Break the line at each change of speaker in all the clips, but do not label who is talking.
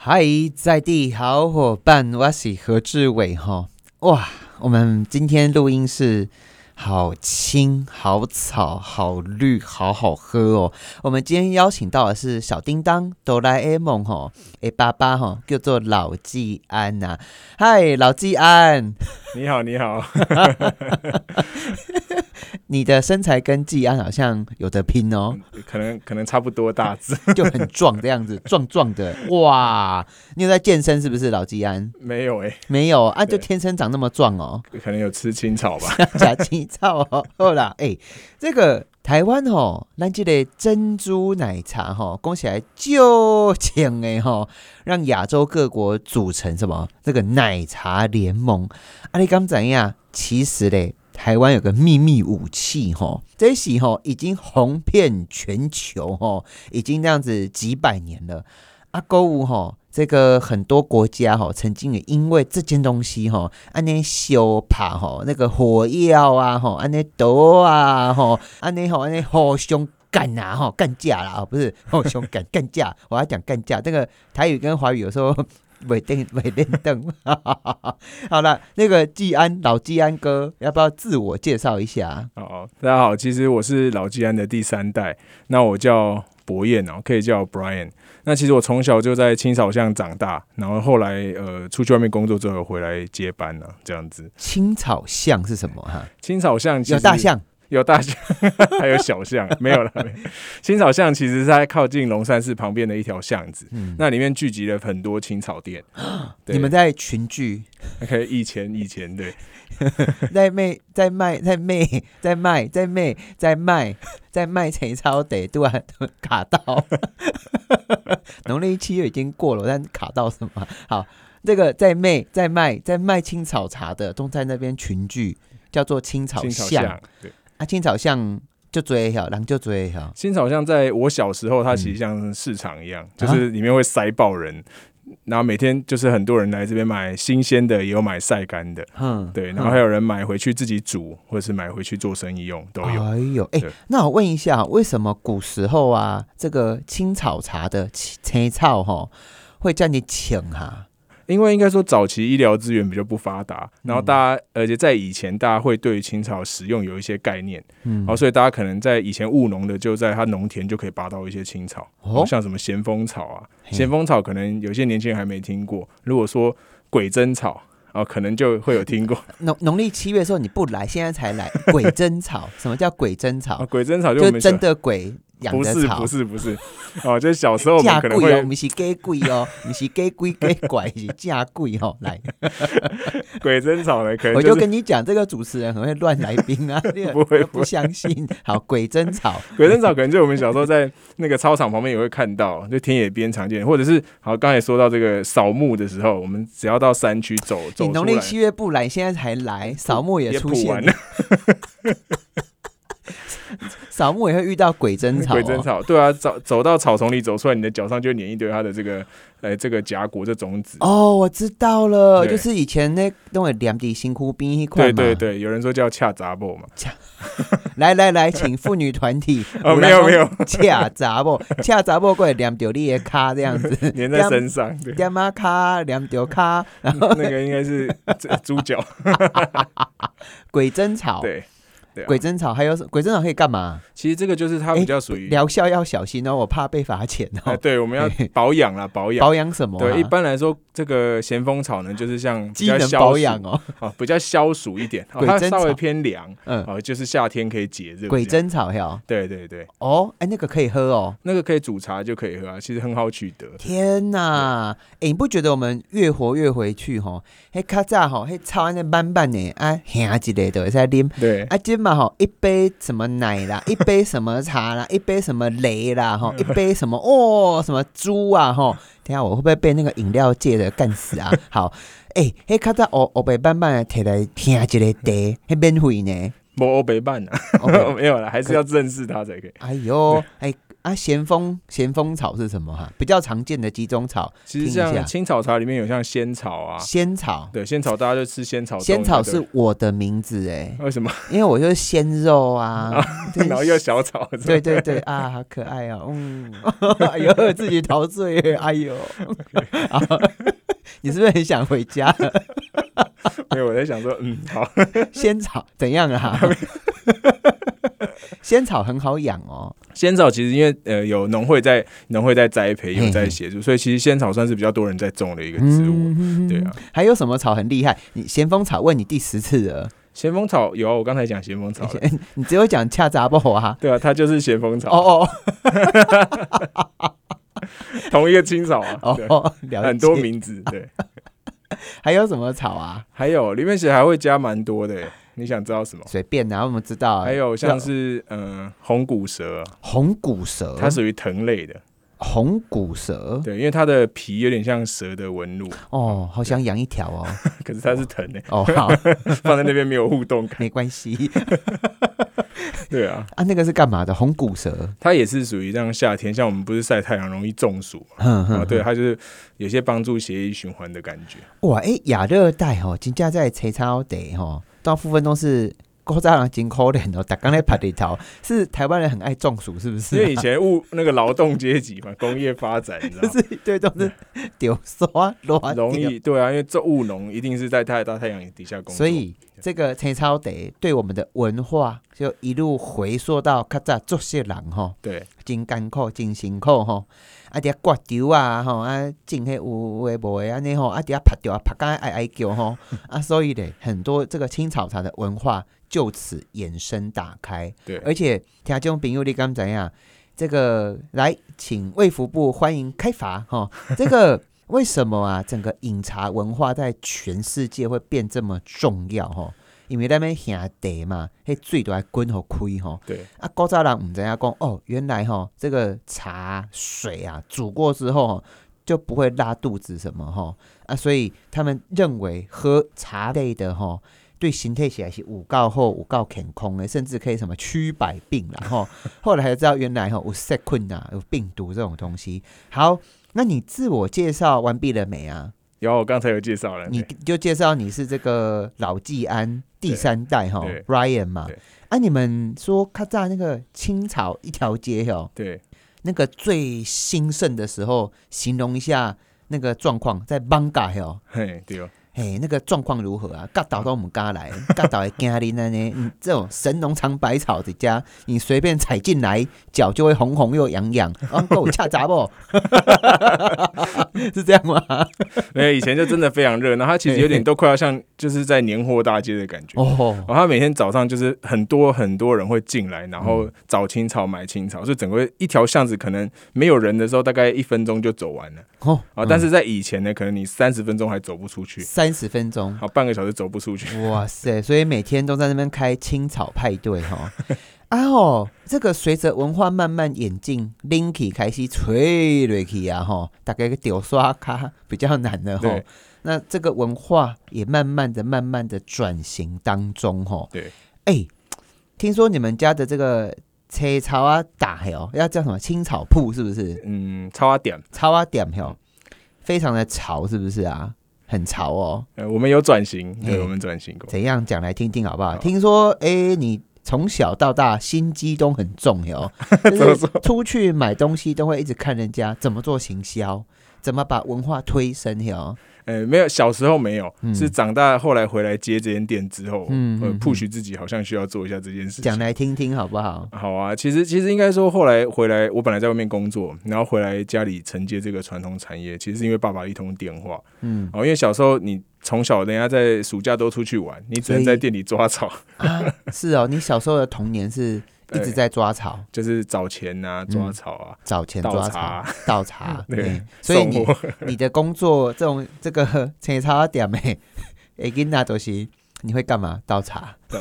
嗨，在地好伙伴，我是何志伟哈。哇，我们今天录音是好青、好草、好绿、好好喝哦。我们今天邀请到的是小叮当、哆啦 A 梦哈，诶，爸爸哈，叫做老季安呐、嗨，老季安，
你好，你好，
你的身材跟季安好像有得拼哦，
可能可能差不多大致，
就很壮这样子，壮壮的。哇，你有在健身是不是，老季安？
没有哎、
没有啊，就
对
天生长那么壮哦。
可能有吃青草吧。
假鸡草哦，好啦，哎、这个台湾吼，咱这个珍珠奶茶吼，讲起来就强诶吼，让亚洲各国组成什么这个奶茶联盟。啊，你刚怎样？其实嘞，台湾有个秘密武器吼，这是吼已经红遍全球吼，已经这样子几百年了。啊，购物吼，这个很多国家吼，曾经也因为这件东西哦吼，安尼修怕吼，那个火药啊吼，安尼毒啊吼，安尼吼安尼互相干啊吼，干架啦，哦不是互相干干架， 我要讲干架，这个台语跟华语有时候。尾 定尾定凳，好了，那个季安老季安哥，要不要自我介绍一下？
哦，大家好，其实我是老基安的第三代，那我叫博彦哦，可以叫我 Brian。那其实我从小就在青草巷长大，然后后来呃出去外面工作之后回来接班了、啊这样子。
青草象是什么哈？
青草巷其实
有大，象，
有大象， 还有小巷， 没有了。没有青草巷其实是在靠近龙山寺旁边的一条巷子，
嗯，
那里面聚集了很多青草店。对
你们在群聚，
OK，以前以前对。
在卖，在卖，在卖，在卖，在卖，在卖，在卖陈超得对吧？卡到，农历七月已经过了，但卡到什么？好，这个在卖，在卖，在卖青草茶的，都在那边群聚，叫做青草
青草
巷
巷，对，
啊，青草巷就追哈，人就追哈，
新草巷在我小时候，
嗯
它
啊
其实像市场一样，就是里面会塞爆人，然后每天就是很多人来这边买新鲜的，也有买晒干的，
嗯，
对，然后还有人买回去自己煮，或者是买回去做生意用都有。
哎呦，哎、
对
那我问一下，为什么古时候啊，这个青草茶的青青草哈，会叫你请哈、
因为应该说早期医疗资源比较不发达，然后
嗯
大家，而且在以前大家会对于青草食用有一些概念，
嗯
然后所以大家可能在以前务农的就在他农田就可以拔到一些青草。
哦
像什么咸丰草啊，
嘿
咸丰草可能有些年轻人还没听过。如果说鬼针草哦，可能就会有 听过。
农农历七月的时候你不来，现在才来。鬼针草，什么叫鬼针
啊，
草？
鬼针草就我
就
们
真
小
的鬼养
不
的
是
草
不。是不是哦，就是小时候我 们
嫁
可
贵
能
哦，
会
不是给贵哦， 不是给贵给拐，是嫁贵 哦。来，
鬼针草呢，可
我
能
就是跟你讲，这个主持人很会乱来宾 啊，你
不会不
不
会
相信。好，鬼针草，
鬼针草，可能就我们小时候在那个操场旁边也会看到，就田野边常见，或者是好刚才说到这个扫墓的时候，我们只要到山区走 走
你
出
农历
来。
七月不来，现在才来，扫墓也
也
出
补
现
完
了，扫墓也会遇到鬼针草、哦。
鬼针草，对啊，走走到草丛里走出来，你的脚上就粘一堆它的这个，呃，这个荚果这种子。
哦，我知道了，就
对
是以前那那种两地辛苦兵一块
对
嘛。
对对，有人说叫恰杂布嘛，。
来来来，请妇女团体
哦没有没有，
恰杂某，恰杂某过来念到你的卡这样子，
粘在身上。对，
点啊卡，念到卡，
那个应该是这 猪脚。
鬼针草，
对，对啊
鬼哎针草还有什鬼针草可以干嘛？
其实这个就是它比较属于，
疗效要小心哦，我怕被罚钱
哎，
哦。
对，我们要保养啦，保养。
保养什么啊？
对，一般来说，这个咸丰草呢，就是像比
机
较
能
消
保
暑
养哦。
啊，比较消暑一点，哦
鬼
它
针
稍微
草
偏凉
嗯，
啊，就是夏天可以解热。
鬼
这样，
针草哟。
对对对，
哦，哎，那个可以喝哦。
那个可以煮茶就可以喝啊，其实很好取得。
天呐！哎、你不觉得我们越活越回去吼？嘿，较早吼，嘿，草安尼板板的啊，行一个就会使啉。
对，
啊，今嘛吼，一杯什么奶 啦，一杯什么茶啦，一杯什么雷啦，吼，
嗯
一杯什么哦，什么猪啊，吼，等一下我会不会被那个饮料界的干死 啊？好，诶、欸，迄较早我我被慢慢的摕来听一个茶，迄免费呢。
摸欧北办啊，
黑白
没有啦，还是要认识它才可以。
哎哟，哎、啊，啊，咸丰咸丰草是什么哈、比较常见的几种草，
其实
听一下
像青草茶里面有像仙草啊，
仙草。
对，仙草大家就吃仙草冻。
仙草
对
是我的名字哎，
为什么？
因为我就是鲜肉啊，
然后又小草，
对对对啊，好可爱哦，嗯， 哎呦，自己陶醉 耶，哎呦，啊你是不是很想回家？
没有我在想说，嗯，好，
仙草怎样 啊？仙草很好养哦，
仙草其实因为呃有农会在农会在栽培，
嘿
有在协助，所以其实仙草算是比较多人在种的一个植物。
嗯
对啊，
还有什么草很厉害？你咸丰草问你第十次了，
咸丰草有啊，我刚才讲咸丰
哎
草了，
你只有讲恰杂不啊？
对啊，它就是咸丰草，
哦哦
同一个青草啊，
哦
对，
哦，了解。啊
很多，名字，对，
还有什么草啊？
还有里面其实还会加蛮多的耶，你想知道什么？
随便啊，我们知道。
还有像是嗯红骨蛇啊，
红骨蛇，
它属于藤类的，
红骨蛇
对，因为它的皮有点像蛇的纹路，
哦，好想养一条哦。
可是它是藤的，
哦，好，
放在那边没有 互动感，
没关系
对啊，
啊。那个是干嘛的？红骨蛇，
它也是属于这样夏天，像我们不是晒太阳容易中暑嘛，
哼
啊，
哼，
对，它就是有些帮助血液循环的感觉。
哇，哎、亚热带吼，真正在吹草地吼，大部分都是古早人真可怜哦，大刚在爬地头，是台湾人很爱中暑，是不 是、啊
因为以前务那个劳动阶级 嘛，工业发展，你知
就
道吗？
是啊对，都是丢刷乱
容易对啊，因为这务农一定是在太大太阳底下工作，
所以这个吹草地对我们的文化就一路回溯到较早做些人吼，
对
真艰苦，真辛苦吼。啊，伫遐割球啊，吼啊，种迄有诶无诶安尼吼，啊，伫遐拍掉啊，拍甲哀哀叫吼。啊，所以咧，很多这个青草茶的文化就此延伸打开。
对
而且听众朋友，你敢知影？这个来，请卫福部欢迎开罚哈、吼这个为什么啊？整个饮茶文化在全世界会变这么重要哈、吼因为咱们兄弟嘛，迄水都要滚互开吼。
对
啊，古早人毋知影讲哦，原来吼、这个茶水啊煮过之后、吼就不会拉肚子什么吼、啊，所以他们认为喝茶类的吼、对形态起来是五告后五告健康的，甚至可以什么驱百病啦吼。后来才知道原来吼有 s e q u e n 啊，有病毒这种东西。好，那你自我介绍完毕了没啊？
然后我刚才有介绍了，
你
对
就介绍你是这个老季安第
哎对
三代哈
对
，Ryan 嘛
对。
啊，你们说咔嚓那个青草一条街哦，
对
那个最兴盛的时候，形容一下那个状况，在 Banga 哦。
嘿对哦，
嘿，那个状况如何啊？尬倒到我们嘎来，尬倒来咖喱呢呢？你这种神农尝百草的家，你随便踩进来，脚就会红红又痒痒，啊，够恰杂不？ 是这样吗？
没有以前就真的非常热闹，它其实 有点都快要像就是在年货大街的感觉。
哦，
然后它每天早上就是很多很多人会进来，然
嗯
后找青草买青草，所以整个一条巷子可能没有人的时候，大概一分钟就走完了
哦，嗯
啊。但是在以前呢，可能你三十分钟还走不出去，
三十分钟，
好半个小时走不出去。
哇塞！所以每天都在那边开青草派对哈、 啊哦，这个随着文化慢慢演进，Linky 开始吹瑞去啊哈，大概个丢刷卡比较难了哈
对。
那这个文化也慢慢的、慢慢的转型当中哈。
对，
哎、听说你们家的这个青草啊打哦，要叫什么青草铺是不 是？
嗯，超啊点，
草啊点哦，非常的潮是不是啊？很潮哦。
呃，我们有转型，对，
嗯
我们转型过。
怎样讲来听听好不好？
好
听说哎、诶你从小到大心机都很重 哟，就
么
是
说
出去买东西都会一直看人家怎么做行销，怎么把文化推升哟。
呃，没有，小时候没有，
嗯
是长大后来回来接这间店之后，
嗯
呃
嗯嗯
，push 自己好像需要做一下这件事情
讲。来听听好不 好？
好啊，其实其实应该说，后来回来，我本来在外面工作，然后回来家里承接这个传统产业，其实是因为爸爸一通电话。
嗯
哦，因为小时候你从小人家在暑假都出去玩，你只能
所以
在店里抓草，
啊，是哦，你小时候的童年是一直
对
在抓草，
就是找钱啊，
嗯
抓草啊，
找钱
倒
抓
茶
草
啊，
倒茶，
对
嗯所以
送
你
货。
你的工作这种这个 青草点诶，诶，囡仔都是你会干嘛？倒茶
倒，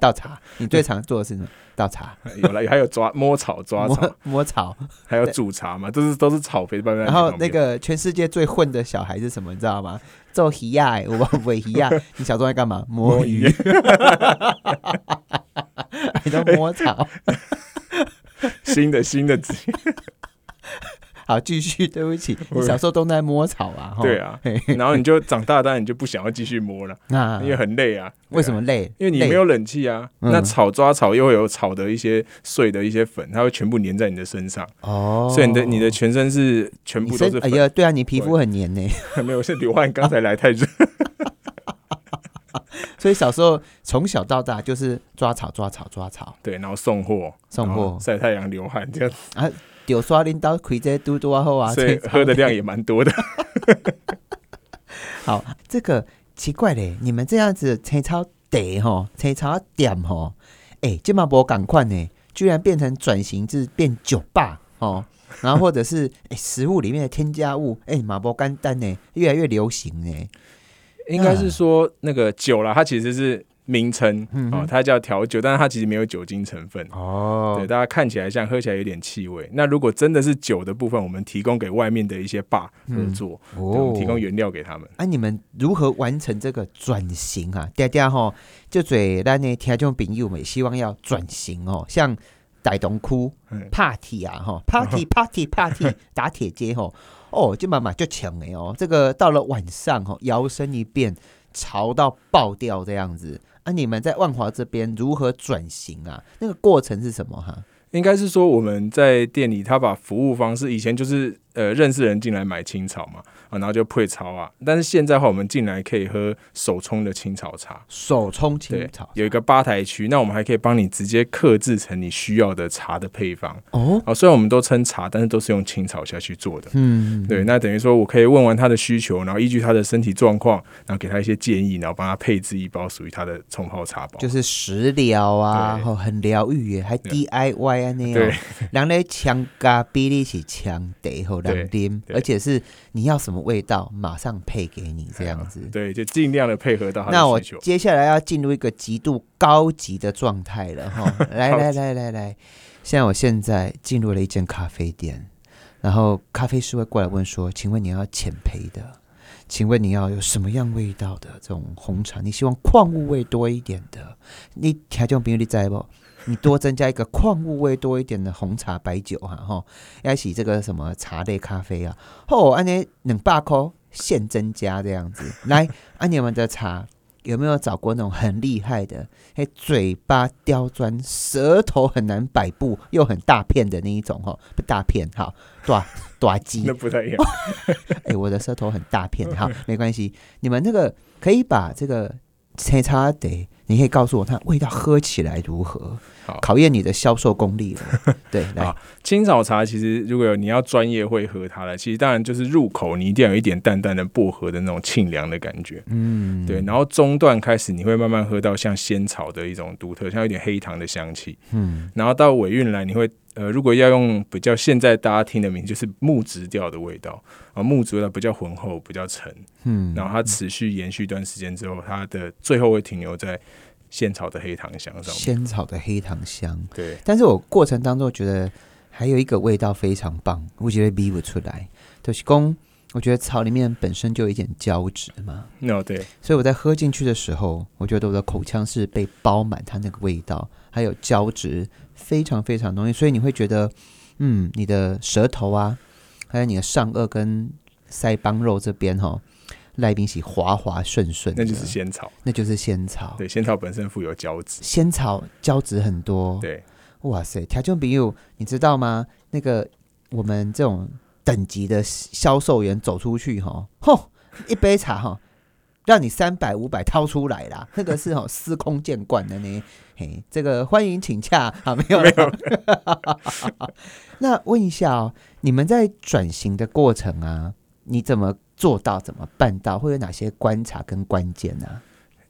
倒茶。你最常做的是什么？倒茶，
有了，还有抓摸草、抓草
摸， 摸草。
还有煮茶嘛，都是都是草陪伴在你
然后
旁
那
边
个全世界最混的小孩是什么？你知道吗？做鱼呀，我忘尾鱼呀。啊你小时候在干 嘛？摸 鱼，还在摸草。
新的新的职业，
好，继续，对不起，
我
你小时候都在摸草啊，哈
对，啊。然后你就长大，当然你就不想要继续摸了，
那
因为很累啊。对啊
为什么？累？
因为你
累
没有冷气啊，
嗯
那草抓草又会有草的一些碎的一些粉，它会全部粘在你的身上，
哦，
所以你的你的全身是全部
你
都
身
是
哎
粉。
呀，对啊，你皮肤很黏呢，
没有是 流汗，刚才来太热。
所以小时候从小到大就是抓草抓草抓草，
对，然后送货，
送
然
货
后晒太阳流汗，这样，
丢刷拎刀葵在嘟嘟啊后啊，
所以
这
喝的量也蛮 多的。
嗯好，这个奇怪嘞，你们这样子青草得吼，青草点吼，哎，这嘛无赶快呢，居然变成转型至变酒吧哦。然后或者是 哎、食物里面的添加物，哎、马博干单呢，越来越流行呢。
应该是说那个酒啦，它其实是名称
嗯哼
哦，它叫调酒，但是它其实没有酒精成分。
哦
对，，大家看起来像，喝起来有点气味。那如果真的是酒的部分，我们提供给外面的一些爸合
嗯
作，对我
哦
们提供原料给他们。
啊，你们如何完成这个转型啊？大家吼，就嘴咱的听众朋友们，希望要转型哦，像大东区
嗯
party 啊，哈，party party party 打铁街吼，哦，这妈妈就强哎哦，这个到了晚上吼，摇身一变潮到爆掉这样子。啊，你们在万华这边如何转型啊？那个过程是什么哈、
应该是说我们在店里，他把服务方式以前就是呃认识人进来买青草嘛，啊，然后就配草啊。但是现在的话，我们进来可以喝手冲的青草茶，
手冲
对
青草，
有一个吧台区，那我们还可以帮你直接克制成你需要的茶的配方。
哦，
啊，虽然我们都称茶，但是都是用青草下 去做的。
嗯，
对，那等于说我可以问完他的需求，然后依据他的身体状况，然后给他一些建议，然后帮他配置一包属于他的冲泡茶包。
就是食疗啊，
对
吼，很疗愈耶，还
对
DIY 啊那样。
对，
人咧枪咖比利是枪得吼人啉，
对
而且是你要什么味道，马上配给你这样子。
对，就尽量的配合到他
那我
的需求。
接下来要进入一个极度高级的状态了 哈，来来来来来，现在我现在进入了一间咖啡店，然后咖啡师会过来问说：“请问你要浅焙的？请问你要有什么样味道的这种红茶？你希望矿物味多一点的？你听众朋友你在不？你多增加一个矿物味多一点的红茶、白酒哈、啊、哈，要洗这个什么茶类咖啡啊，哦，安尼两百块现增加这样子。 来，啊，你们的茶有没有找过那种很厉害的，嘿，嘴巴刁钻，舌头很难摆布，又很大片的那一种哈？不大片， 好，大大鸡
那，不太一样，
哎、我的舌头很大 片，好，没关系。你们那个可以把这个黑茶得，你可以告诉我它味道喝起来如何
好，
考验你的销售功 力了。对，来
好，青草茶其实如果有你要专业会喝它的，其实当然就是入口你一定要有一点淡淡的薄荷的那种沁凉的感觉。
嗯，
对，，然后中段开始你会慢慢喝到像仙草的一种独特，像有点黑糖的香气。
嗯，
然后到尾韵来，你会呃，如果要用比较现在大家听的名字，就是木质调的味道啊，木质调比较浑厚，比较沉，
嗯，
然后它持续延续一段时间之后，它的最后会停留在现炒的黑糖香上面。
仙草的黑糖香，
对，
但是我过程当中觉得还有一个味道非常棒，我觉得逼不出来，就是公，我觉得草里面本身就有一点胶质嘛，
那、对，
所以我在喝进去的时候，我觉得我的口腔是被包满它那个味道，还有胶质非常非常浓郁，所以你会觉得，嗯，你的舌头啊，还有你的上颚跟腮帮肉这边哈、哦，赖冰喜滑滑顺顺的，
那就是仙草。
那就是仙草，
对，仙草本身富有胶质。
仙草胶质很多，
对，
哇塞，条件朋友，你知道吗？那个我们这种等级的销售员走出去哈，吼，一杯茶哈，让你三百五百掏出来啦， 那个是哈司空见惯的呢。嘿，这个欢迎请 洽啊，没有没有。 那问一下哦，你们在转型的过程啊，你怎么做到？怎么办到？会有哪些观察跟关键呢、啊？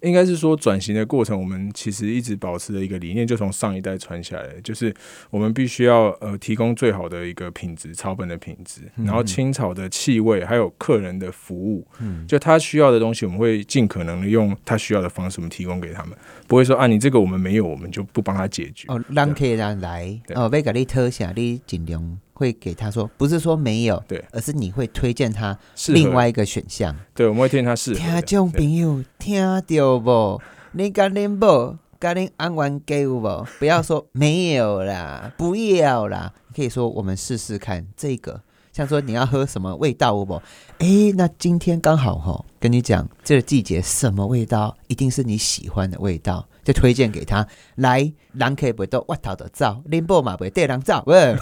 应该是说转型的过程，我们其实一直保持的一个理念，就从上一代传下来的，就是我们必须要呃提供最好的一个品质，草本的品质，
嗯
然后青草的气味，还有客人的服务，
嗯，
就他需要的东西，我们会尽可能的用他需要的方式，我们提供给他们，不会说啊你这个我们没有，我们就不帮他解决。
哦，让客人来
啊对
哦，被给你特下，你尽量会给他说，不是说没有，
对，
而是你会推荐他
适合
另外一个选项。
对，我们会听他适合的。
听众
对
朋友听到不？你跟恁某跟您安完给我，不要说没有 啦，不要啦，你可以说我们试试看这个。像说你要喝什么味道不？哎，那今天刚好哈，跟你讲这个季节什么味道，一定是你喜欢的味道，就推荐给他。来，人可以不到，我头的照，林波嘛不对人照， 喂。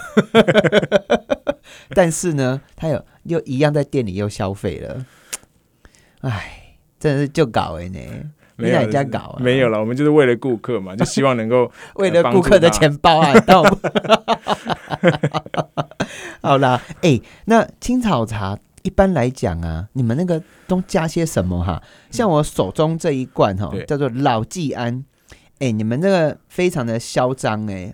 但是呢，他有又一样在店里又消费了，哎，真的是就搞哎呢，你
没有
哪家搞啊？
没有了，我们就是为了顾客嘛，就希望能够
为了顾客的钱包啊，你懂？ 好啦，哎、那青草茶一般来讲啊，你们那个都加些什么哈？像我手中这一罐哈
嗯对，
叫做老季安，哎、你们这个非常的嚣张 哎，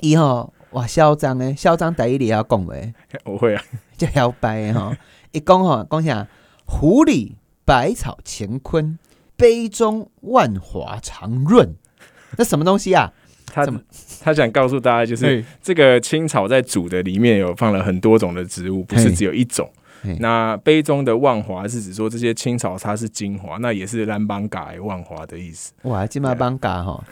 以后哇嚣张哎，嚣张得一里要讲哎，
我会啊，
就摇摆的 哈，一讲哈讲啥？湖里百草乾坤，杯中万华长润，那什么东西啊？
他
怎么
他想告诉大家就是。这个青草在煮的里面有放了很多种的植物，不是
嘿
只有一种
嘿。
那杯中的万华是指说这些青草它是精华，那也是兰邦嘎的万华的意思。
哇，金马邦嘎哈，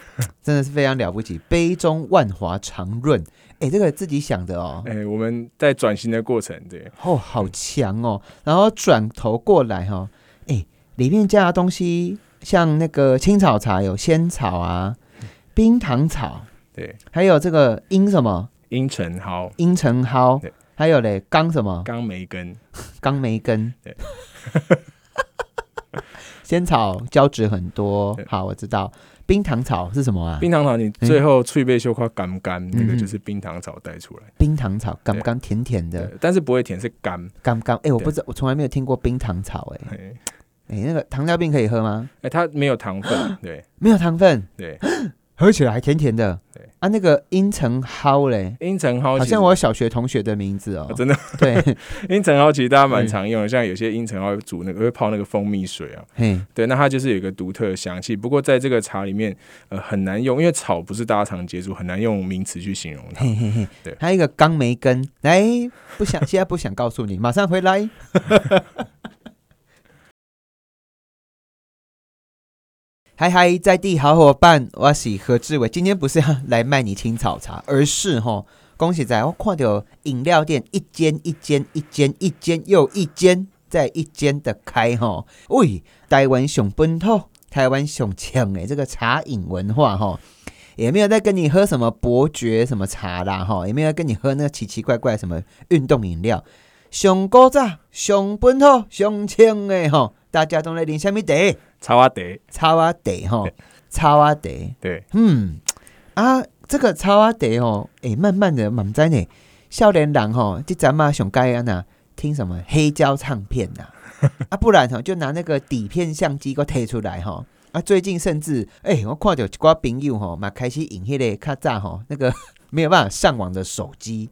真的是非常了不起，杯中万华长润，哎，这个自己想的哦，
哎、我们在转型的过程，对，
哦，好强哦，然后转头过来哈、哦，哎，里面加的东西像那个青草茶有仙草啊，冰糖草，
对，
还有这个樱什么
阴沉蒿、
樱城蒿
对，
还有嘞刚什么
刚梅根，
刚梅根
对。
仙草胶质很多
对，
好，我知道。冰糖草是什么啊？
冰糖草，你最后脆被秀夸干干，那个
嗯
就是冰糖草带出来，
冰糖草，刚
对
刚甜甜的
对，，但是不会甜，是干。
刚刚，哎、我
对
不知道，我从来没有听过冰糖草、哎，
哎、
哎，那个糖尿病可以喝吗？
哎它没有糖分，对
没有糖分，
对。
喝起来还甜甜的。
对
啊，那个阴橙蒿嘞，
阴沉蒿
好
其实
像我小学同学的名字哦
啊。真的
对，嗯
阴沉蒿其实大家蛮常用的，像有些阴沉蒿煮那个会泡那个蜂蜜水啊，
嘿，
对，那它就是有一个独特的香气。不过在这个茶里面，呃，很难用，因为草不是大家常接触，很难用名词去形容它。
嘿嘿嘿
对，
还有一个刚梅根，来，不想，现在不想告诉你，马上回来。 嗨嗨，在地好伙伴，我是何志伟。今天不是要来卖你青草茶，而是哈，恭喜仔，我看到饮料店一间一间一间一间又一间再一间的开哈。喂，台湾熊本土，台湾熊强诶，这个茶饮文化哈。也没有在跟你喝什么伯爵什么茶啦，哈，也没有在跟你喝那个奇奇怪怪什么运动饮料。上古早、上本土、上清的哈，大家都在啉什么茶？
茶花得，
草啊茶哈
对，
草啊茶。
对，
嗯，啊，这个草啊茶吼，诶、慢慢的，嘛不知呢，少年人吼，这咱嘛上该安呐，听什么黑胶唱片呐、啊，不然吼就拿那个底片相机给摕出来吼。啊，最近甚至，诶、我看到一寡朋友吼，嘛开始用迄个较早吼那个 没有办法上网的手机。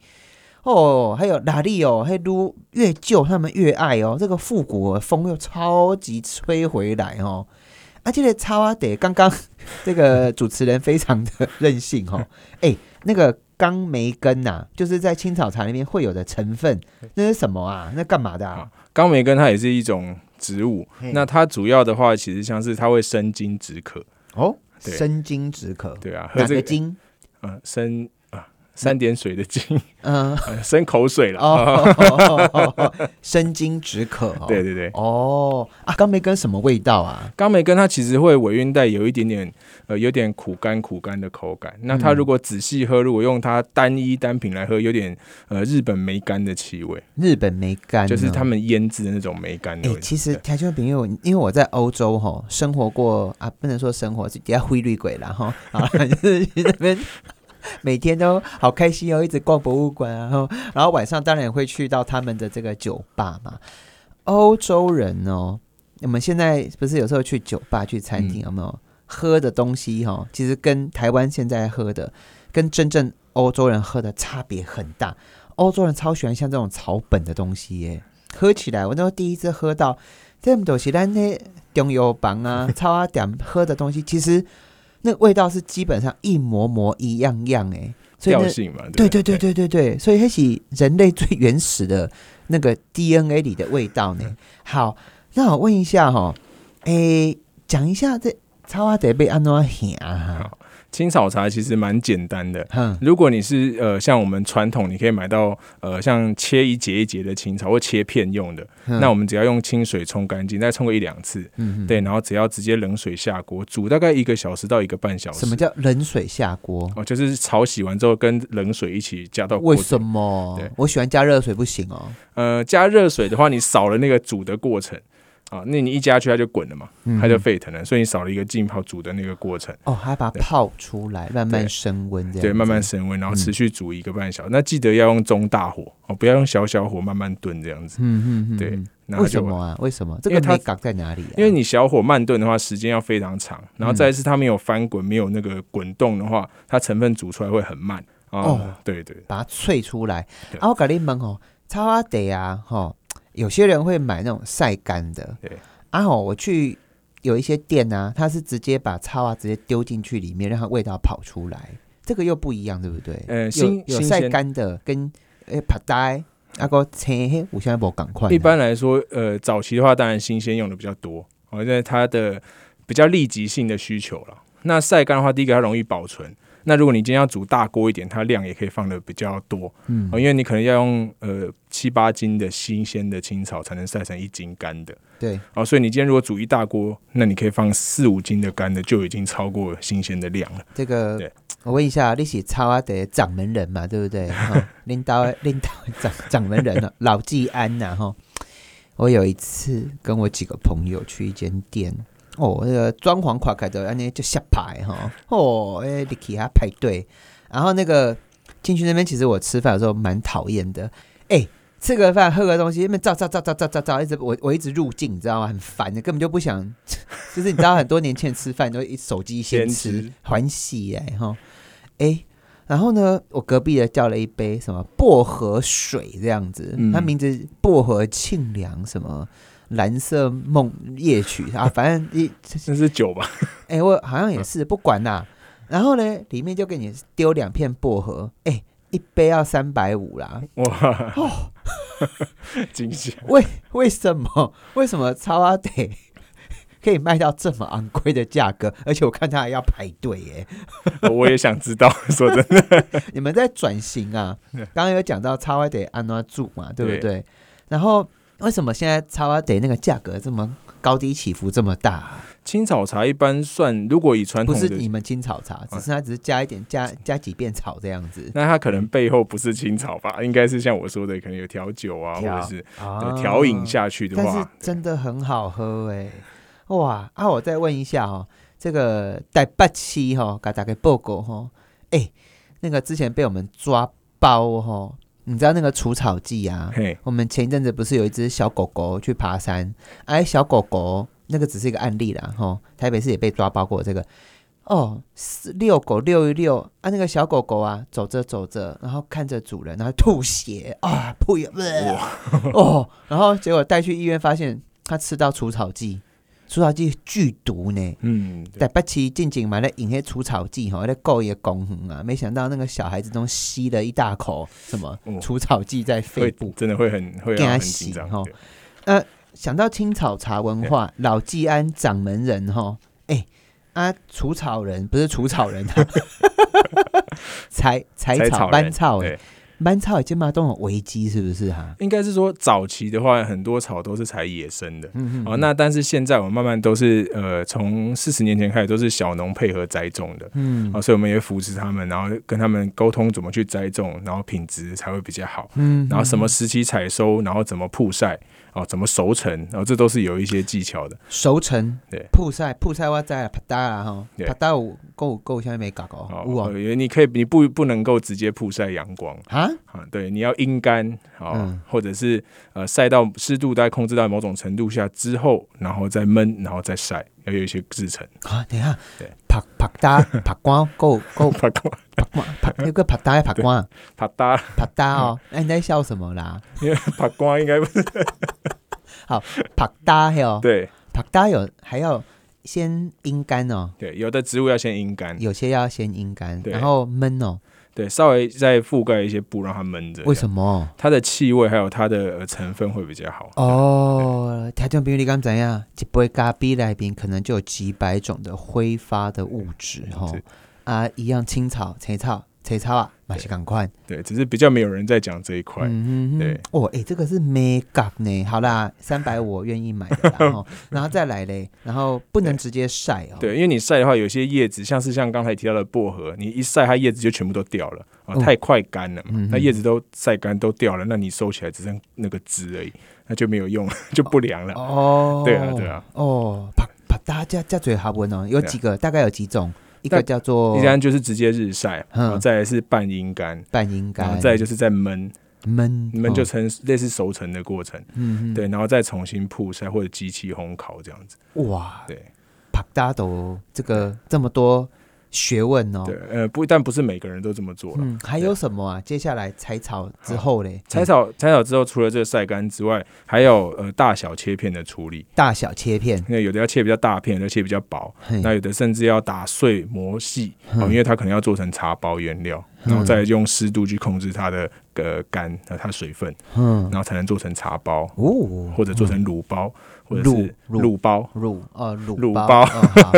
哦，还有哪里哦？还撸越旧，他们越爱哦。这个复古的风又超级吹回来哦。啊，这个超啊得刚刚这个主持人非常的任性 哦。哎、那个刚梅根呐、就是在青草茶里面会有的成分，那是什么啊？那干嘛的啊？
刚梅根它也是一种植物，那它主要的话其实像是它会生津止渴，
哦，
对
生津止渴，
对啊，喝
哪个
这个
津？
呃生啊三点水的津，
嗯、
呃生口水了。
哦，生津止渴哦。
对对对，
哦啊，刚梅根什么味道啊？
刚梅根它其实会尾韵带有一点点呃有点苦甘苦甘的口感。那它
嗯
如果仔细喝，如果用它单一单品来喝，有点呃日本梅干的气味。
日本梅干哦，
就是他们腌制的那种梅干的
哎、
味道。
其实
对
台中朋友，因为我在欧洲哈生活过啊，不能说生活，是比较灰绿鬼啦哈，好啦， 就是去那边每天都好开心哦，一直逛博物馆啊，然后然后晚上当然会去到他们的这个酒吧嘛。欧洲人哦，我们现在不是有时候去酒吧、去餐厅，有没有喝的东西哈、哦？其实跟台湾现在喝的，跟真正欧洲人喝的差别很大。欧洲人超喜欢像这种草本的东西耶，喝起来我那时候第一次喝到，这么多是咱那中药房 啊、超啊点喝的东西，其实那味道是基本上一模模一样样哎，所以那
调性嘛，
对
对
对对对对对，所以那是人类最原始的那个 DNA
嗯
里的味道呢。好，那我问一下哈、诶，讲一下这草啊得被安怎行啊？
好青草茶其实蛮简单的。
哼，
如果你是呃像我们传统，你可以买到呃像切一节一节的青草或切片用的，
嗯
那我们只要用清水冲干净，再冲个一两次，
嗯，
对，然后只要直接冷水下锅煮大概一个小时到一个半小时。
什么叫冷水下锅？
哦，就是炒洗完之后跟冷水一起加到锅
为
子。
什么
对
我喜欢加热水不行哦？
呃，加热水的话，你少了那个煮的过程啊，那你一加去它就滚了嘛，
嗯
它就沸腾了，所以你少了一个浸泡煮的那个过程。
哦，还要把它泡出来，慢慢
对
升温这样。
对，慢慢。升温，然后持续煮一个半小时。那记得要用中大火哦，不要用小小火慢慢炖这样子。
嗯嗯嗯，
对
嗯
然后
为
就
什么啊？为什么这
因
个
为它
美感在哪里啊？
因为你小火慢炖的话，时间要非常长，然后
嗯
再一次它没有翻滚，没有那个滚动的话，它成分煮出来会很慢啊。
哦
对对，
把它萃出来。
对
啊，我跟你们哦，超阿得啊，哈、有些人会买那种晒干的，
对，
啊吼，我去有一些店啊，它是直接把超啊直接丢进去里面，让它味道跑出来，这个又不一样，对不对？
呃
有
新
有
新
晒
鲜
干的跟诶ผั呆，啊个青黑，我现在不赶快。
一般来说，呃，早期的话，当然新鲜用的比较多，哦，因为它的比较立即性的需求了。那晒干的话，第一个它容易保存。那如果你今天要煮大锅一点，它量也可以放的比较多，
嗯
哦，因为你可能要用呃七八斤的新鲜的青草才能晒成一斤干的，
对，
哦，所以你今天如果煮一大锅，那你可以放四五斤的干的，就已经超过新鲜的量了。
这个
对
我问一下，你是超阿的掌门人嘛，对不对？哈，领导领导掌掌门人了，老季安呐、哈。我有一次跟我几个朋友去一间店，哦，那个装潢垮开的，安尼就下牌哈，哦，哎，你去他排队，然后那个进去那边，其实我吃饭的时候蛮讨厌的，哎。吃个饭，喝个东西，那边照照照照照照照，一直我我一直入境，你知道吗？很烦的，根本就不想。 就是你知道，很多年前吃饭都一手机先
先
吃
吃，
欢喜哎哈，哎、然后呢，我隔壁的叫了一杯什么薄荷水这样子，
嗯
它名字是薄荷沁凉什么蓝色梦夜曲啊，反正一
那是酒吧？
哎、我好像也是不管啦、然后呢，里面就给你丢两片薄荷，哎、一杯要三百五啦，
哇，
哦，
惊喜！
为为什么为什么超阿得可以卖到这么昂贵的价格？而且我看他还要排队耶、
我也想知道， 说真的，
你们在转型啊？
对
刚刚有讲到超阿得安那住嘛，对不对？
对
然后为什么现在超阿得那个价格这么高低起伏这么大啊、
青草茶一般算，如果以传
不
统
是
的嗯
你们青草茶，只是它只是加一点加加几遍草这样子。
那它可能背后不是青草吧？应该是像我说的，可能有调酒啊，或
调
者是
啊
呃调饮下去的
但是
话，
真的很好喝哎、哇啊！我再问一下哦，这个台北七哈、哦，给大家报告哈、哦，哎、那个之前被我们抓包哈、哦，你知道那个除草剂啊？
嘿，
我们前一阵子不是有一只小狗狗去爬山，哎，小狗狗那个只是一个案例啦，吼，台北市也被抓包过这个。哦，是遛狗遛一遛啊，那个小狗狗啊，走着走着，然后看着主人，然后吐血啊，吐血，呃哦，然后结果带去医院，发现它吃到除草剂，除草剂剧毒呢。
嗯，对
在北市近景买了引些除草剂吼，在购一个公园啊，没想到那个小孩子都吸了一大口什么
哦
除草剂在肺
会
部，
真的会很会
惊
让很
喜
紧张
吼。
对
想到青草茶文化，老季安掌门人哈，哎、啊，除草人不是除草人、 啊，采采
采
草
草
班
人
草哎
对，
班草金马都有危机是不是哈、
应该是说早期的话，很多草都是采野生的。
嗯嗯
哦，那但是现在我们慢慢都是呃，从四十年前开始都是小农配合栽种的，
嗯
哦，所以我们也扶持他们，然后跟他们沟通怎么去栽种，然后品质才会比较好，
嗯
然后什么
嗯
时期采收，然后怎么曝晒，哦，怎么熟成，然后这都是有一些技巧的。
熟成
对
曝晒曝晒我在啪嗒啦哈，
对
啪嗒有够够下面没搞哦，有
哦，
哦
因为你可以，你不不能够直接曝晒阳光
啊
啊，对，你要阴干啊，
嗯
或者是呃晒到湿度大概控制到某种程度下之后，然后再闷，然后再晒，要有一些制成。
啊，等一下
对，
啪啪 嗒啪光够够
啪嗒
啪光啪那个啪嗒啪光
啪嗒，
啪嗒哦，那你在笑什么啦？
因为啪瓜应该不是
啪嗒嘿哦。
对
啪嗒有还要先阴干哦，
对，有的植物要先阴干，
有些要先阴干，
嗯对
然后闷哦。
对，稍微再覆盖一些布让它闷着。
为什么？
它的气味还有它的、呃成分会比较好。
哦，呃，台中冰你刚怎样？一杯咖啡来宾可能就有几百种的挥发的物质哈
是
啊，一样青草、青草、青草啊，马是赶快。
对，只是比较没有人在讲这一块。
嗯哼哼
对
哦，哎、这个是 make up 呢。好啦，三百我愿意买 的啦。齁然后再来嘞，然后不能直接晒哦。，
对，因为你晒的话，有些叶子像是像刚才提到的薄荷，你一晒它叶子就全部都掉了啊，
嗯
太快干了嘛，
嗯哼
那叶子都晒干都掉了，那你收起来只剩那个枝而已，那就没有用了， 就不良了。
哦，
对啊对啊，
哦，啪啪，大家加嘴哈文哦，有
对啊
几个，大概有几种，一个
但
叫做
一干就是直接日晒，
嗯
然后再来是半阴干，
半阴
然后
干，
再来就是在焖，
闷
焖就
哦
成类似熟成的过程，
嗯嗯
对，然后再重新曝晒或者机器烘烤这样子，
嗯哇，
对
啪大斗这个这么多学问哦
对。，呃，不，但不是每个人都这么做了。
嗯，还有什么啊？接下来采草之后嘞，
采
嗯
草采草之后，除了这个晒干之外，还有呃大小切片的处理，
大小切片，
因为有的要切比较大片，有的切比较薄，
嘿
那有的甚至要打碎磨细，
嗯
哦，因为它可能要做成茶包原料，然后再用湿度去控制它的呃干，呃它水分，
嗯
然，后才能做成茶包，
哦，
或者做成卤包，或者
卤
是
卤
卤包，
乳哦乳
乳
包，
包
哦 好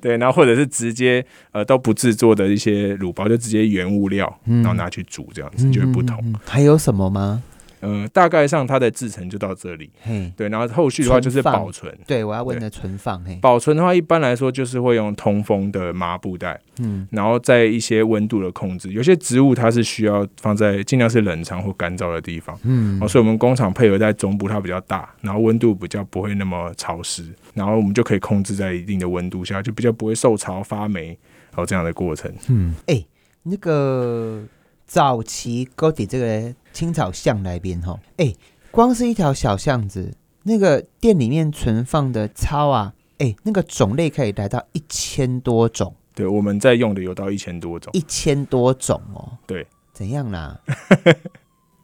对，然后或者是直接呃都不制作的一些卤包，就直接原物料，
嗯
然后拿去煮这样子就会不同。
嗯嗯嗯嗯还有什么吗？
呃，大概上它的制成就到这里，
嘿，
对，然后后续的话就是
存放
保存。
对我要问的存放，嘿，
保存的话，一般来说就是会用通风的麻布袋，
嗯
然后在一些温度的控制，有些植物它是需要放在尽量是冷藏或干燥的地方。
嗯
哦，所以我们工厂配合在中部，它比较大，然后温度比较不会那么潮湿，然后我们就可以控制在一定的温度下，就比较不会受潮发霉，哦这样的过程。
嗯，哎，那个早期高底这个青草巷那边哈，哎，光是一条小巷子，那个店里面存放的草啊，哎，那个种类可以来到一千多种，
对，我们在用的有到一千多种，
一千多种哦，
对，
怎样啦？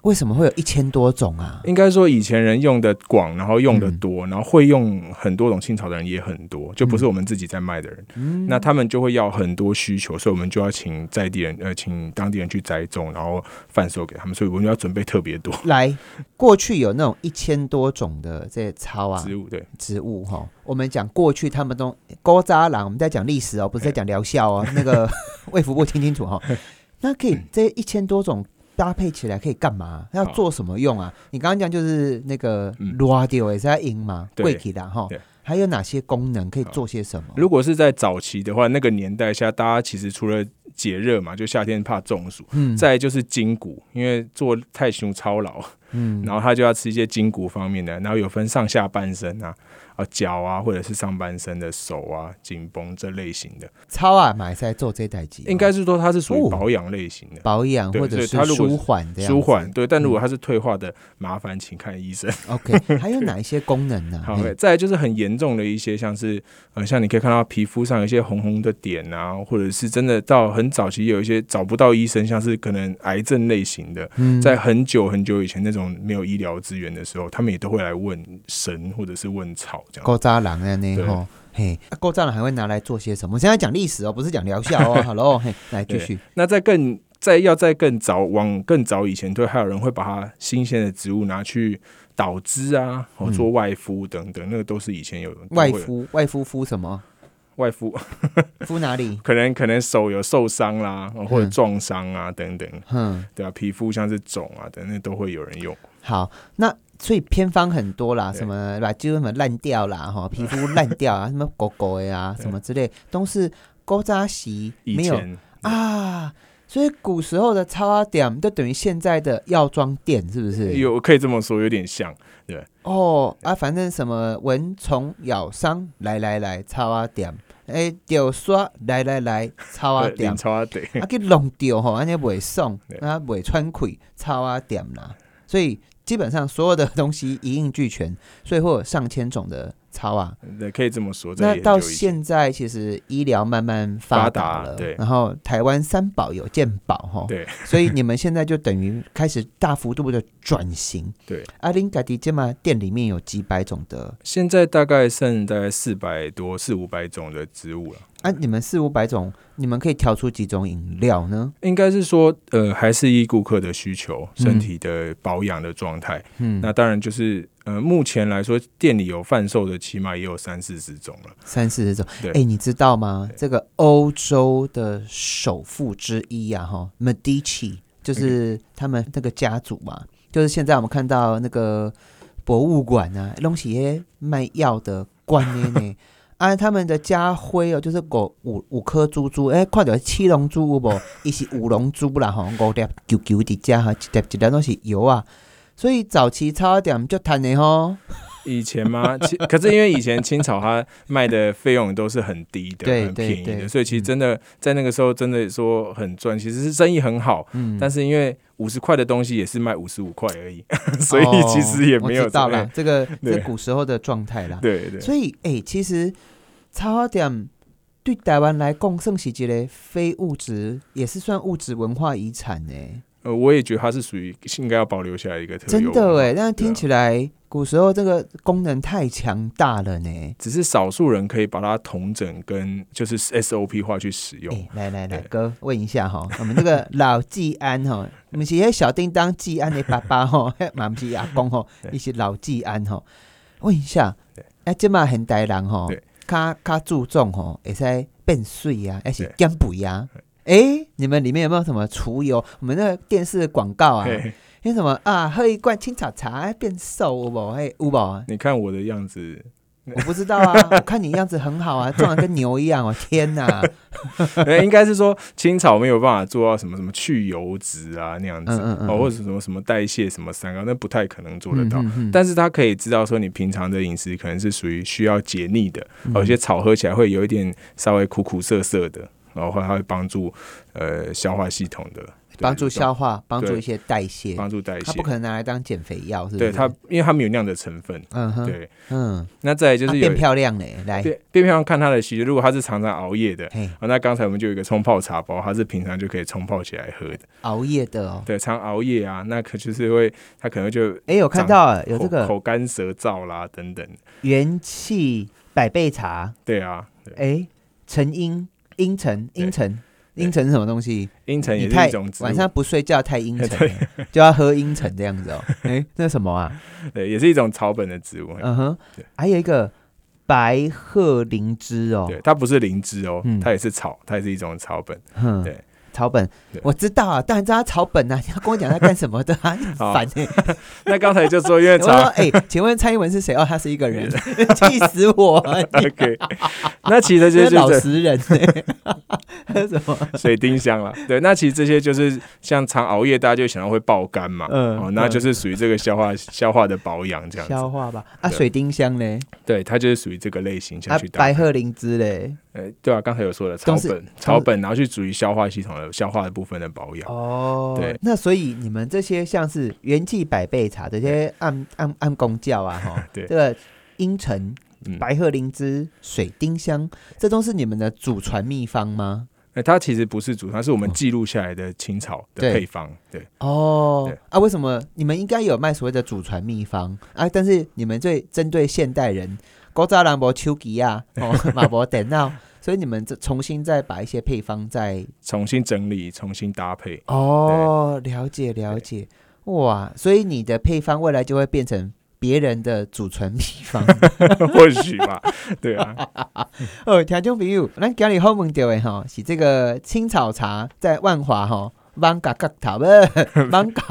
为什么会有一千多种啊？
应该说以前人用的广，然后用的
嗯
多，然后会用很多种青草的人也很多，就不是我们自己在卖的人。
嗯
那他们就会要很多需求，所以我们就要请在地人，呃，请当地人去栽种，然后贩售给他们，所以我们就要准备特别多
来，过去有那种一千多种的这些草啊
植物。对，
植物哈、我们讲过去他们都勾扎郎，我们在讲历史哦，不是在讲疗效 哦。那个卫福部听清楚哈、那可以这一千多种搭配起来可以干嘛？要
好
做什么用啊？你刚刚讲就是那个
嗯
radio 也是在赢嘛，
对
贵体啦哈
对。
还有哪些功能可以做些什么？
如果是在早期的话，那个年代下，大家其实除了解热嘛，就夏天怕中暑，
嗯
再来就是筋骨，因为做太凶操劳，
嗯
然后他就要吃一些筋骨方面的，然后有分上下半身啊、啊脚啊，或者是上半身的手啊、紧绷这类型的，
超啊，买在做这代机，
应该是说它是属
哦
于保养类型的。
保养
对
或者
所以
是
它如果
舒
是
缓这样子。
舒缓对，但如果它是退化的，麻烦请看医 生。
OK，还有哪一些功能呢、
好，
嘿
再来就是很严重的一些，像是呃，像你可以看到皮肤上有一些红红的点啊，或者是真的到很早期有一些找不到医生，像是可能癌症类型的，
嗯
在很久很久以前那种没有医疗资源的时候，他们也都会来问神或者是问草这样。
勾渣郎的那
对
吼，嘿，啊勾渣郎还会拿来做些什么？我现在讲历史哦，不是讲疗效 哦。Hello，嘿，来继
对
续。
那在更在要在更早往更早以前，对，还有人会把它新鲜的植物拿去捣汁啊，哦
嗯
做外敷等等，那个都是以前有都会
外
有
敷，外敷敷什么？
外敷
敷哪里？
可能可能手有受伤啦，哦或者
嗯
撞伤啊等等，
哼，
对啊，皮肤像是肿啊等等都会有人用。
好，那所以偏方很多啦，
对
什么把肌肉什么烂掉啦，哈，皮肤烂掉 啊，什么狗狗呀、啊，
对
什么之类，都是勾扎席
以
没有
前
啊。所以古时候的超阿点就等于现在的药妆店，是不是？
有可以这么说，有点像
哦啊，反正什么蚊虫咬伤，来来来，擦啊点，哎，掉刷，来来来，擦啊
呃
点
领，超啊对，
啊去弄掉吼，安尼袂爽
对，
啊袂穿溃，擦啊点啦。所以基本上所有的东西一应俱全，所以会有上千种的擦啊。
对可以这么说。在
那
研
到
究以前
现在，其实医疗慢慢
发
达
达
了，
对
然后台湾三宝有健保吼，
对，
所以你们现在就等于开始大幅度的转型。
对，
阿林嘎迪杰玛店里面有几百种的
现在大概剩大概四百多四五百种的植物了。
啊，你们四五百种，你们可以调出几种饮料呢？
应该是说，呃，还是依顾客的需求、
嗯
身体的保养的状态。
嗯，
那当然就是，呃，目前来说店里有贩售的，起码也有三四十种了。
三四十种。
对
哎，你知道吗？这个欧洲的首富之一啊，哈，Medici 就是他们那个家族嘛，就是现在我们看到那个博物馆啊，东西些卖药的官呢呢。啊，他们的家徽哦，就是五五五颗珠珠，哎、看到七龙珠有无？伊是五龙珠啦，吼，五粒球球伫遮哈，一粒一粒拢是油啊，所以早期差点就赚的吼。
以前吗？ 其可是因为以前清朝它卖的费用都是很低的，
对
很
对
便宜
对
的，所以其实
嗯
真的在那个时候真的说很赚，其实是生意很好。
嗯，
但是因为五十块的东西也是卖五十五块而已， 所以其实也没
哦哦、我
有
知道
什么
啦，这个
对
这古时候的状态啦。
对对，
所以，哎、其实插花店对台湾来讲，算是一个非物质，也是算物质文化遗产呢、
呃，我也觉得它是属于应该要保留下来一个特有
真
文化
的哎、但是听
对啊
起来古时候这个功能太强大了呢、
只是少数人可以把它统整跟就是 SOP 化去使用。
哎、来来来，
对
哥问一下哈， 我们这个老季安哈，不是那小叮当季安的爸爸哈， 嘛不是阿公哈，
对
伊是老季安哈。问一下
对，
哎，即嘛现代人吼
对，
较较注重吼，会使变水啊，还是
对
减肥啊？哎、你们里面有没有什么除油？我们那个电视广告啊，
嘿
那什么啊，喝一罐青草茶变瘦有无？哎，有无？
你看我的样子，
我不知道啊，我看你样子很好啊，壮得跟牛一样哦，天 哪！
呃应该是说清朝没有办法做到什么什么去油脂啊那样子，
嗯嗯嗯
哦，或者什么什么代谢什么三高，那不太可能做得到。
嗯嗯嗯
但是他可以知道说，你平常的饮食可能是属于需要解腻的，
嗯
哦有些草喝起来会有一点稍微苦苦涩涩的，然后它会帮助呃消化系统的，对
帮助消化，帮助
对
一些代谢，
帮助代
它
谢
不。可能拿来当减肥药，是不是？
对它，因为它没有那样的成分。
嗯哼，
对，
嗯，
那再来就
它
是有
变漂亮嘞，来，
变变漂亮，看它的习俗。如果它是常常熬夜的，
嘿，
啊，那刚才我们就有一个冲泡茶包，它是平常就可以冲泡起来喝的。
熬夜的哦，
对，常熬夜啊，那可就是会，它可能就
哎，有看到啊有
口
这个
口干舌燥啦等等。
元气百倍茶，
对啊，对
哎，成因阴沉
对
阴沉
对
阴沉是什么东西？
阴沉
你
也是
太
一种植
晚
物，
上不睡觉太阴沉了，就要喝阴沉这样 子哦。哎，那什么啊？
对，也是一种草本的植物。
嗯哼
对，
还有一个白鹤灵芝哦，
对，它不是灵芝哦
嗯，
它也是草，它也是一种草本。
哼
对，
草本
对
我知道啊，当然知道它草本啊，你 要跟我讲它干什么的啊，你很
好
烦哎。
那刚才就说，因为
我说
茶，
哎、请问蔡英文是谁？哦，他是一个 人， 气死我！
OK，那其实
这
这
是
就
老
是
实人 哎、什 么？
水丁香啦。对，那其实这些就是像常熬夜，大家就想到会爆肝嘛，
嗯
哦，那就是属于这个消化消化的保养这样
消
子。
化吧。啊，
对
水丁香嘞，
对，它就是属于这个类型
啊
下去，搭
白
配。
鹤灵芝嘞。
呃，对啊，刚才有说了草
都是
本，草本，然后去属于消化系统的消化的部分的保养。
哦，
对
那所以你们这些像是元气百倍茶这些暗暗暗公教啊，哈，
对
这个阴沉、
嗯，
白鹤灵芝、水丁香，这都是你们的祖传秘方吗？
呃它其实不是煮，它是我们记录下来的青草
对
的配方。对，
哦
对，
啊，为什么你们应该有卖所谓的祖传秘方啊？但是你们最针对现代人，古早人无手机啊， 哦，嘛无电脑，所以你们这重新再把一些配方再
重新整理，重新搭配。
哦，了解了解，哇，所以你的配方未来就会变成别人的祖传秘方。
或许吧，对啊，
哦，听众朋友，咱今日好问到的吼，是这个青草茶在万华吼，芒嘎角头呃，芒嘎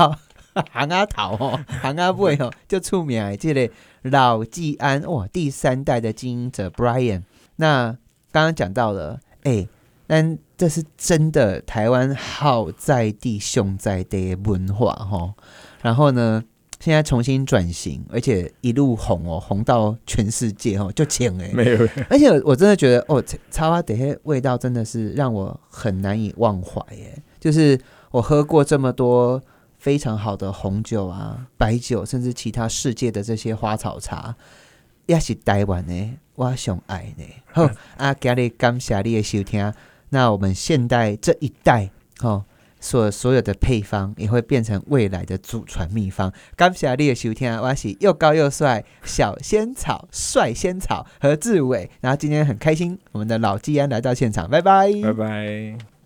行啊头吼，行啊尾吼，就出名的这个老季安哇，第三代的经营者 Brian。那刚刚讲到了，哎、但这是真的台湾好在地雄在地的文化吼。然后呢？现在重新转型，而且一路红哦，红到全世界哦，就请哎、
没有
而且我真的觉得，哦，茶茶花底下味道真的是让我很难以忘怀耶。就是我喝过这么多非常好的红酒啊、白酒，甚至其他世界的这些花草茶，也是台湾的，我上爱呢。好啊，今日感谢你的收听。那我们现代这一代，哦。所所有的配方也会变成未来的祖传秘方。感谢你的收听，我是又高又帅小仙草帅仙草何志伟。然后今天很开心，我们的老季安来到现场，拜拜
拜拜。